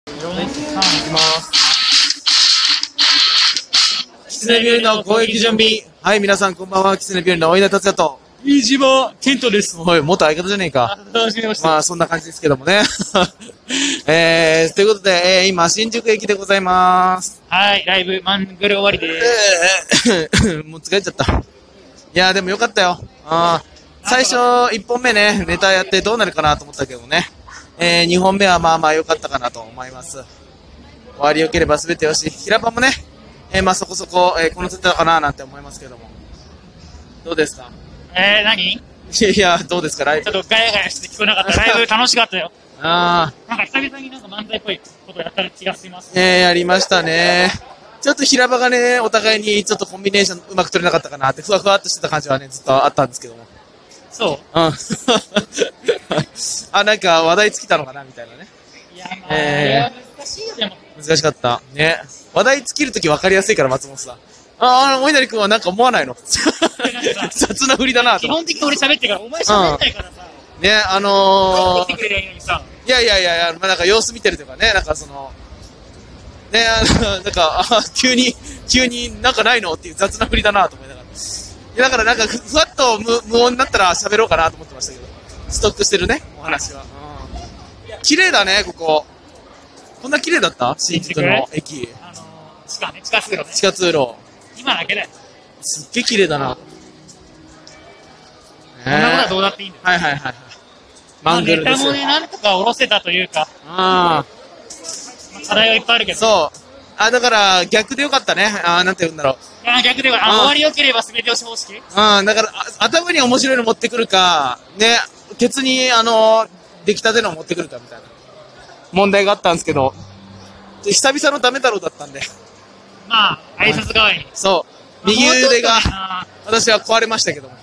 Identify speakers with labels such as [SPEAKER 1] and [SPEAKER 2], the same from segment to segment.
[SPEAKER 1] 4、3、いきます。
[SPEAKER 2] キツネビューの攻撃準備。はい、皆さんこんばんは。キツネビューの大稲達也と。
[SPEAKER 1] 飯島健人です。
[SPEAKER 2] おい、元相方じゃね えか。
[SPEAKER 1] 楽しみました。
[SPEAKER 2] まあ、そんな感じですけどもね。 えー、ということで、えー今、新宿駅でございます。
[SPEAKER 1] はい、ライブ、マングル終わりです。
[SPEAKER 2] えー もう疲れちゃった。いやー、でもよかったよ。あー最初、1本目ね、ネタやってどうなるかなと思ったけどね。えー、2本目はまあまあ良かったかなと思います。終わり良ければ全てよし。平場もね、えーまあそこそこ、えーこのったかななんて思いますけども。どうですか
[SPEAKER 1] えー、何ち
[SPEAKER 2] いやいや、どうですかライ
[SPEAKER 1] ょ
[SPEAKER 2] ブ
[SPEAKER 1] っ。とガヤガヤして聞こえなか った。ライブ楽しかったよ。
[SPEAKER 2] あー。
[SPEAKER 1] なんか久々になんか漫才っぽいことやった気がします。
[SPEAKER 2] えー、やりましたね。ちょっと平場がね、お互いにちょっとコンビネーションうまく取れなかったかなって、ふわふわっとしてた感じはね、ずっとあったんですけども。
[SPEAKER 1] そ
[SPEAKER 2] うん。 あ、なんか話題尽きたのかなみたいなね。
[SPEAKER 1] う。いや、まあ、
[SPEAKER 2] えー
[SPEAKER 1] いや難しいよ、でも。
[SPEAKER 2] 難しかった。ね。話題尽きるとき分かりやすいから、松本さん。ああ、お稲荷くんはなんか思わないの 雑な振りだなと
[SPEAKER 1] 基
[SPEAKER 2] 思っ
[SPEAKER 1] 本的に俺喋ってから、お前喋んないからさ、
[SPEAKER 2] て。ね、あの
[SPEAKER 1] 帰ってきてくれりゃいいのにさ、
[SPEAKER 2] ー、いやいやいやいや、まあ、なんか様子見てるというかね、なんかその、ね、あの、なんか、あ急に、急になんかないのっていう雑な振りだなと思いながら。いやだからなんかふ、ふわっと無無音になったら喋ろうかなと思ってましたけど、ストックしてるね、お話は。うん綺麗だね、ここ。こんな綺麗だった新宿の駅。
[SPEAKER 1] あのー、地下ね、地下通路ね。
[SPEAKER 2] 地下通路。
[SPEAKER 1] 今だけだよ。
[SPEAKER 2] すっげえ綺麗だな。
[SPEAKER 1] こんなことはどうだっていいんだよ。
[SPEAKER 2] はいはいはいはい。マングル
[SPEAKER 1] ま
[SPEAKER 2] で
[SPEAKER 1] あネ
[SPEAKER 2] す
[SPEAKER 1] タも。ね、なんとか下ろせたというか、
[SPEAKER 2] あ
[SPEAKER 1] まあ課題はいっぱいあるけ
[SPEAKER 2] あ、
[SPEAKER 1] ど。
[SPEAKER 2] そう。あ、だから逆でよかったね。ああ、なんて言うんだろう。
[SPEAKER 1] あー逆では、
[SPEAKER 2] うん
[SPEAKER 1] あ終わり良ければ全てをし方式
[SPEAKER 2] うん、だから、あ頭に面白いの持ってくるか、ね、ケツに、あの、出来たてのを持ってくるかみたいな問題があったんですけど、で久々のダメ太郎だったんで、
[SPEAKER 1] まあ、挨拶代わりに。
[SPEAKER 2] そう、右腕が、
[SPEAKER 1] が。
[SPEAKER 2] 私は壊れましたけども、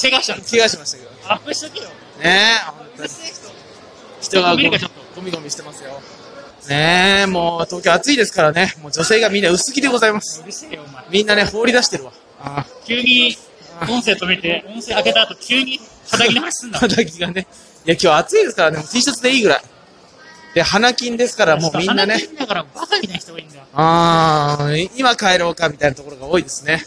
[SPEAKER 1] 怪我したんです
[SPEAKER 2] 怪我しましたけど。
[SPEAKER 1] アップしとけよ。
[SPEAKER 2] ねえ、本当に。人が
[SPEAKER 1] 見るかちょっ
[SPEAKER 2] ゴミゴミしてますよ。ねえ、もう東京暑いですからね、もう女性がみんな薄着でございます。
[SPEAKER 1] うるせえよ、お前。
[SPEAKER 2] みんなね、放り出してるわ。ああ。
[SPEAKER 1] 急に、音声止めて、音声開けた後、急に、肌着の話すんだ。
[SPEAKER 2] 肌着がね。いや、今日暑いですからね、もう T シャツでいいぐらい。で、鼻筋ですから、もうみんな
[SPEAKER 1] 鼻
[SPEAKER 2] ね。
[SPEAKER 1] 筋だから、バカみたいな人がいいんだよ。
[SPEAKER 2] ああ、今帰ろうかみたいなところが多いですね。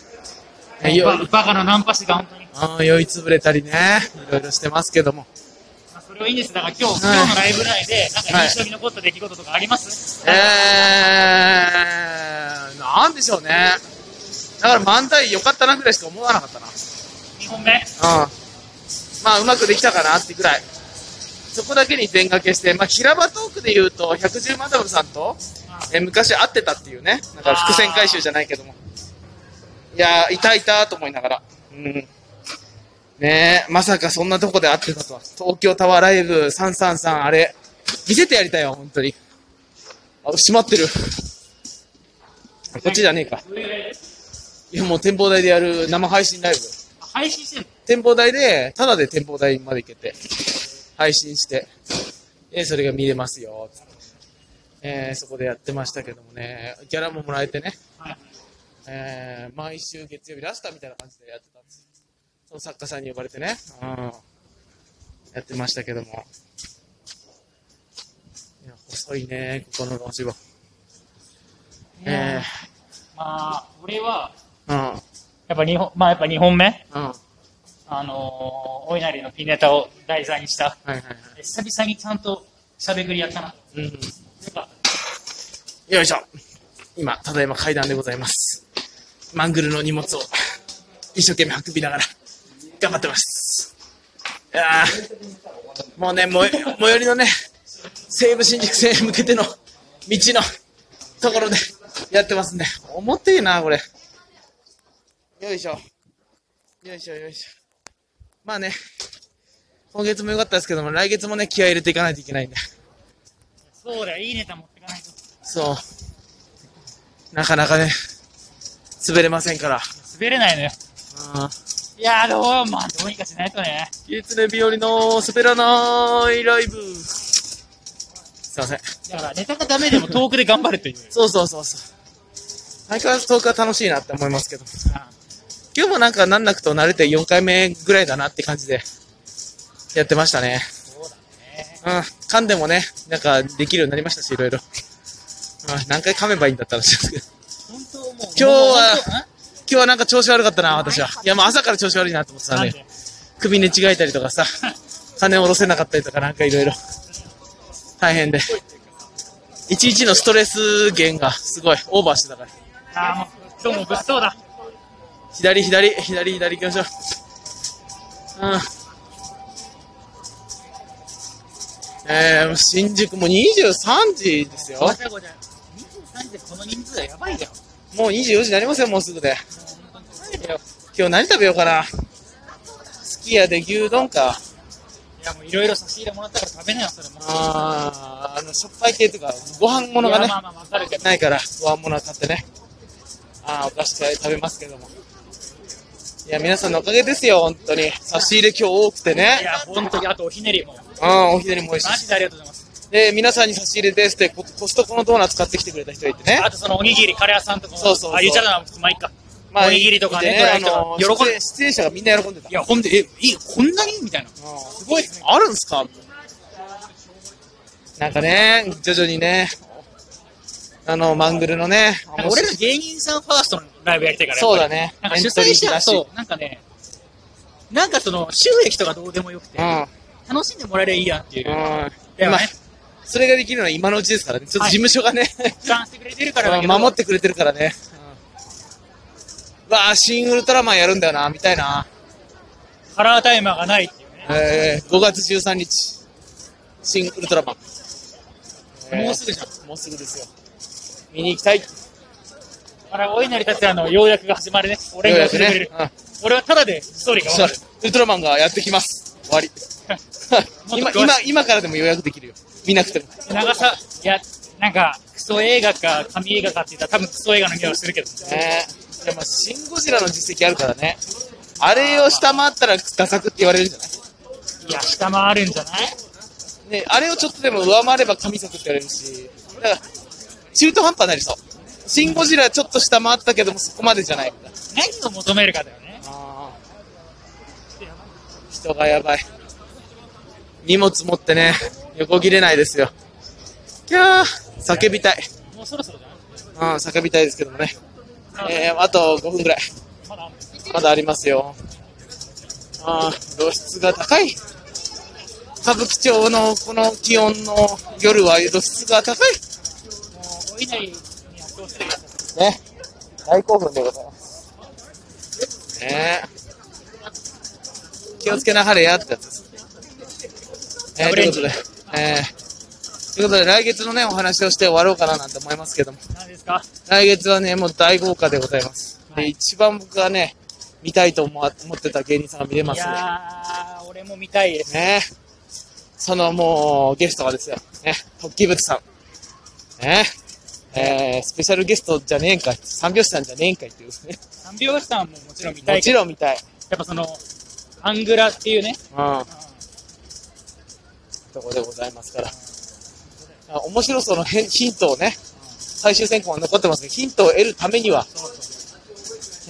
[SPEAKER 2] ねよ
[SPEAKER 1] ババカのナンパ師が本当に。
[SPEAKER 2] あー酔いつぶれたりね、いろいろしてますけども。
[SPEAKER 1] まあそれはいいんです。だから今日、
[SPEAKER 2] はい
[SPEAKER 1] 今日のライブ内で、なんか印象に残った出来事とかあります
[SPEAKER 2] えー、なんでしょうね。だから漫才良かったなぐらいしか思わなかったな。
[SPEAKER 1] 二本目。
[SPEAKER 2] うん。まあ、うまくできたかなってぐらい。そこだけに全掛けして、まあ、平場トークで言うと、110マダムさんと、えー昔会ってたっていうね、なんか伏線回収じゃないけども。いやー、いたいたと思いながら。うん。ねえ、まさかそんなとこで会ってたとは。東京タワーライブ333、あれ、見せてやりたいわ、本当に。あ、閉まってる。こっちじゃねえか。いや、もう展望台でやる生配信ライブ。
[SPEAKER 1] 配信してんの
[SPEAKER 2] 展望台で、ただで展望台まで行けて、配信して、えーそれが見れますよ、つってえーそこでやってましたけどもね、ギャラももらえてね、
[SPEAKER 1] はい。
[SPEAKER 2] えー毎週月曜日ラスターみたいな感じでやってたんですよ。その作家さんに呼ばれてね、うん、やってましたけども。いや、細いね、ここのお仕事。え
[SPEAKER 1] まあ、俺は、
[SPEAKER 2] ー
[SPEAKER 1] やっぱ日本、まあやっぱ2本目
[SPEAKER 2] うん、うん、はい
[SPEAKER 1] あのー、お稲荷のピンネタを題材にした。
[SPEAKER 2] はいはい。
[SPEAKER 1] 久々にちゃんとしゃべくりやったな。
[SPEAKER 2] うん
[SPEAKER 1] やっぱ
[SPEAKER 2] よいしょ。今、ただいま階段でございます。マングルの荷物を一生懸命運びながら頑張ってます。いやーもうね、もえ最寄りのね、西武新宿線へ向けての道のところでやってますね。重てえな、これ。よいしょ。よいしょ、よいしょ。まあね、今月も良かったですけども、来月もね、気合い入れていかないといけないんで。
[SPEAKER 1] そうだよ、いいネタ持ってかないと。
[SPEAKER 2] そう。なかなかね、滑れませんから。
[SPEAKER 1] 滑れないのよ。
[SPEAKER 2] う
[SPEAKER 1] い
[SPEAKER 2] ん。
[SPEAKER 1] やー、どう、まあ、どうにかしないとね。
[SPEAKER 2] キツネ日和の滑らないライブ。すいません。
[SPEAKER 1] だから、ネタがダメでも遠くで頑張るという。
[SPEAKER 2] そうそうそうそう。相変わらずトークは楽しいなって思いますけど。
[SPEAKER 1] あ
[SPEAKER 2] 今日もなんか難なくと慣れて4回目ぐらいだなって感じで、やってましたね。
[SPEAKER 1] そうだね。
[SPEAKER 2] うん。噛んでもね、なんかできるようになりましたし、いろいろ。うん何回噛めばいいんだったらしいですけど。
[SPEAKER 1] 本当もう。今
[SPEAKER 2] 日は、今日はなんか調子悪かったな、私は。いや、もう朝から調子悪いなと思ってた
[SPEAKER 1] なんん
[SPEAKER 2] で
[SPEAKER 1] で。
[SPEAKER 2] 首寝違えたりとかさ、金を下ろせなかったりとかなんかいろいろ。大変で。一日のストレス源がすごいオーバーしてたから。
[SPEAKER 1] あーもう、今日も物騒だ。
[SPEAKER 2] 左、左、左、左行きましょう。うん。えー、新宿もう23時ですよ。
[SPEAKER 1] ごちゃごちゃ。23時でこの人数はやばいよ。
[SPEAKER 2] もう24時になりますよ、もうすぐで。
[SPEAKER 1] いや
[SPEAKER 2] 今日何食べようかな。すき家で牛丼か。
[SPEAKER 1] いや、もういろいろ差し入れもらったから食べなよ、それも。
[SPEAKER 2] あー、あの、しょっぱい系とか、ご飯ものが
[SPEAKER 1] いや
[SPEAKER 2] ね
[SPEAKER 1] ま、あまあ、わかるけど。
[SPEAKER 2] ないから、ご飯ものは買ってね。あー、お菓子買い食べますけども。いや、皆さんのおかげですよ、本当に。差し入れ今日多くて
[SPEAKER 1] い
[SPEAKER 2] ね。
[SPEAKER 1] や、本当に、あとおひねりも。
[SPEAKER 2] うん、おひねりも美味しい
[SPEAKER 1] マジでありがとうございます。
[SPEAKER 2] で、皆さんに差し入れですって、ココストコのドーナツ買ってきてくれた人がいてね
[SPEAKER 1] あ。とそのおにぎり、カレー屋さんとかも。
[SPEAKER 2] そうそうそう
[SPEAKER 1] あ、言っちゃったな、まあいいか。おにぎりとかね
[SPEAKER 2] いて
[SPEAKER 1] ドラ
[SPEAKER 2] あ
[SPEAKER 1] イとか
[SPEAKER 2] の、
[SPEAKER 1] 喜ん
[SPEAKER 2] 出演出演者がみんな喜んでた。
[SPEAKER 1] いや、ほんで、え、いい、こんなにみたいな。
[SPEAKER 2] すごい、あるんすかなんかね、徐々にね、あの、マングルのね、
[SPEAKER 1] なんか俺ら芸人さんファーストのライブやりたいから。
[SPEAKER 2] そう
[SPEAKER 1] や
[SPEAKER 2] だ
[SPEAKER 1] っぱ
[SPEAKER 2] ね
[SPEAKER 1] り。なんか主催者は
[SPEAKER 2] エントリー
[SPEAKER 1] そう、なんかね、なんかその、収益とかどうでもよくて、
[SPEAKER 2] だ
[SPEAKER 1] 楽しんでもらえればいいやんってい
[SPEAKER 2] し
[SPEAKER 1] う。
[SPEAKER 2] う
[SPEAKER 1] だ
[SPEAKER 2] ん。
[SPEAKER 1] よ
[SPEAKER 2] ま
[SPEAKER 1] ね
[SPEAKER 2] あ。それができるのは今のうちですからね。ちょっと事務所がね、
[SPEAKER 1] 負担してくれてる からだけど。
[SPEAKER 2] 守ってくれてるからね。うわあ、新ウルトラマンやるんだよな、みたいな。
[SPEAKER 1] カラータイマーがないっていうね。
[SPEAKER 2] えー、5月13日、新ウルトラマン。えー
[SPEAKER 1] もうすぐじゃん。
[SPEAKER 2] もうすぐですよ。見に行きたい。
[SPEAKER 1] あれ、お稲荷達也のようやくが始まるね。俺が
[SPEAKER 2] ようや
[SPEAKER 1] 教
[SPEAKER 2] く
[SPEAKER 1] えてくれる。
[SPEAKER 2] うん
[SPEAKER 1] 俺はただでストーリーが分
[SPEAKER 2] そう
[SPEAKER 1] かる。。
[SPEAKER 2] ウルトラマンがやってきます。終わり今、
[SPEAKER 1] もっと詳
[SPEAKER 2] 今
[SPEAKER 1] し、
[SPEAKER 2] 今からでも予約できるよ。見なくても。
[SPEAKER 1] 長さ、いや、なんか、クソ映画か、神映画かって言ったら多分クソ映画の匂いをするけど。
[SPEAKER 2] ねえ。いや、まあ、シン・ゴジラの実績あるからね。あれを下回ったらダサくって言われるんじゃない
[SPEAKER 1] や、下回るんじゃない
[SPEAKER 2] いねあれをちょっとでも上回れば神作って言われるし。だから、中途半端になりそう。シン・ゴジラちょっと下回ったけどもそこまでじゃないみたいな。
[SPEAKER 1] 何を求めるかだよね。
[SPEAKER 2] あー人がやばい。荷物持ってね、横切れないですよ。いやー、叫びたい。
[SPEAKER 1] もうそろそろじゃない
[SPEAKER 2] うん、叫びたいですけどもね。えー、あと5分ぐらい。
[SPEAKER 1] まだあんの
[SPEAKER 2] まだありますよ。あー露出が高い。歌舞伎町のこの気温の夜は露出が高い。
[SPEAKER 1] もう、お稲荷にやってほしいけど
[SPEAKER 2] ね。大興奮でございます。ねえ気をつけなはれやってやつです。えー、ということで、えーということで来月のね、お話をして終わろうかななんて思いますけども。
[SPEAKER 1] 何ですか
[SPEAKER 2] 来月はね、もう大豪華でございます。
[SPEAKER 1] は
[SPEAKER 2] で、
[SPEAKER 1] い
[SPEAKER 2] 一番僕がね、見たいと思わ思ってた芸人さんが見れま
[SPEAKER 1] い
[SPEAKER 2] すね。
[SPEAKER 1] やー、俺も見たいです。
[SPEAKER 2] ねそのもう、ゲストがですよ。ね、特技物さん。ねえー、スペシャルゲストじゃねえんかい。三拍子さんじゃねえんかいっていうですね。
[SPEAKER 1] 三拍子さんももちろん見た
[SPEAKER 2] も
[SPEAKER 1] いけ
[SPEAKER 2] ち
[SPEAKER 1] ど、
[SPEAKER 2] ろん見たい。
[SPEAKER 1] やっぱその、アングラっていうね、
[SPEAKER 2] うん。
[SPEAKER 1] うん
[SPEAKER 2] とこでございますから。あ面白そうのへんヒントをね、最終選考は残ってますけど、ヒントを得るためには、
[SPEAKER 1] そうそう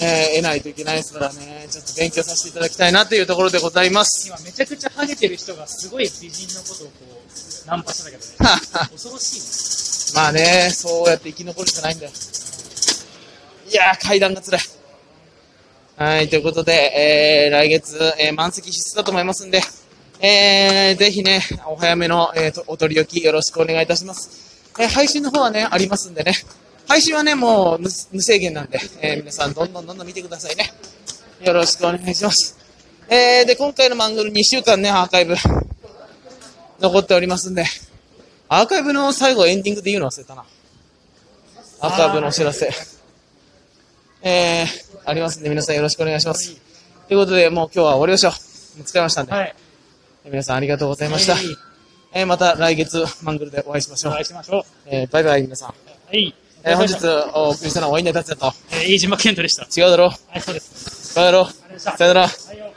[SPEAKER 2] えー得ないといけないですからね、ちょっと勉強させていただきたいなというところでござい ます。
[SPEAKER 1] 今めちゃくちゃハゲてる人がすごい美人のことをこう、ナンパしてたけどね。恐ろしいね。
[SPEAKER 2] まあね、そうやって生き残るしかないんだよ。いやー、階段が辛い。はい、ということで、えー、来月、えー満席必須だと思いますんで、えー、ぜひね、お早めの、えーと、お取り置きよろしくお願いいたします。えー配信の方はね、ありますんでね。配信はね、もう無無制限なんで、えー皆さんどんどんどんどん見てくださいね。よろしくお願いします。えー、で、今回のマングル2週間ね、アーカイブ、残っておりますんで、アーカイブの最後エンディングで言うの忘れたな。アーカイブのお知らせ。えー、ありますんで皆さんよろしくお願いします。ということで、もう今日は終わりましょう。もう疲れましたんで。
[SPEAKER 1] はい。
[SPEAKER 2] 皆さんありがとうございました。
[SPEAKER 1] はい
[SPEAKER 2] えーまた来月、マングルでお会いしまし
[SPEAKER 1] お
[SPEAKER 2] ょう
[SPEAKER 1] 会。いしましょう。
[SPEAKER 2] えーバイバイ皆さん。
[SPEAKER 1] はい。
[SPEAKER 2] えー本日お送りしたのはワインネタツヤと、
[SPEAKER 1] えー飯島健人でした。
[SPEAKER 2] 違うだろう、
[SPEAKER 1] はい、そうです。
[SPEAKER 2] 違うだろう、
[SPEAKER 1] ありがとうございました
[SPEAKER 2] さよなら。
[SPEAKER 1] はいよ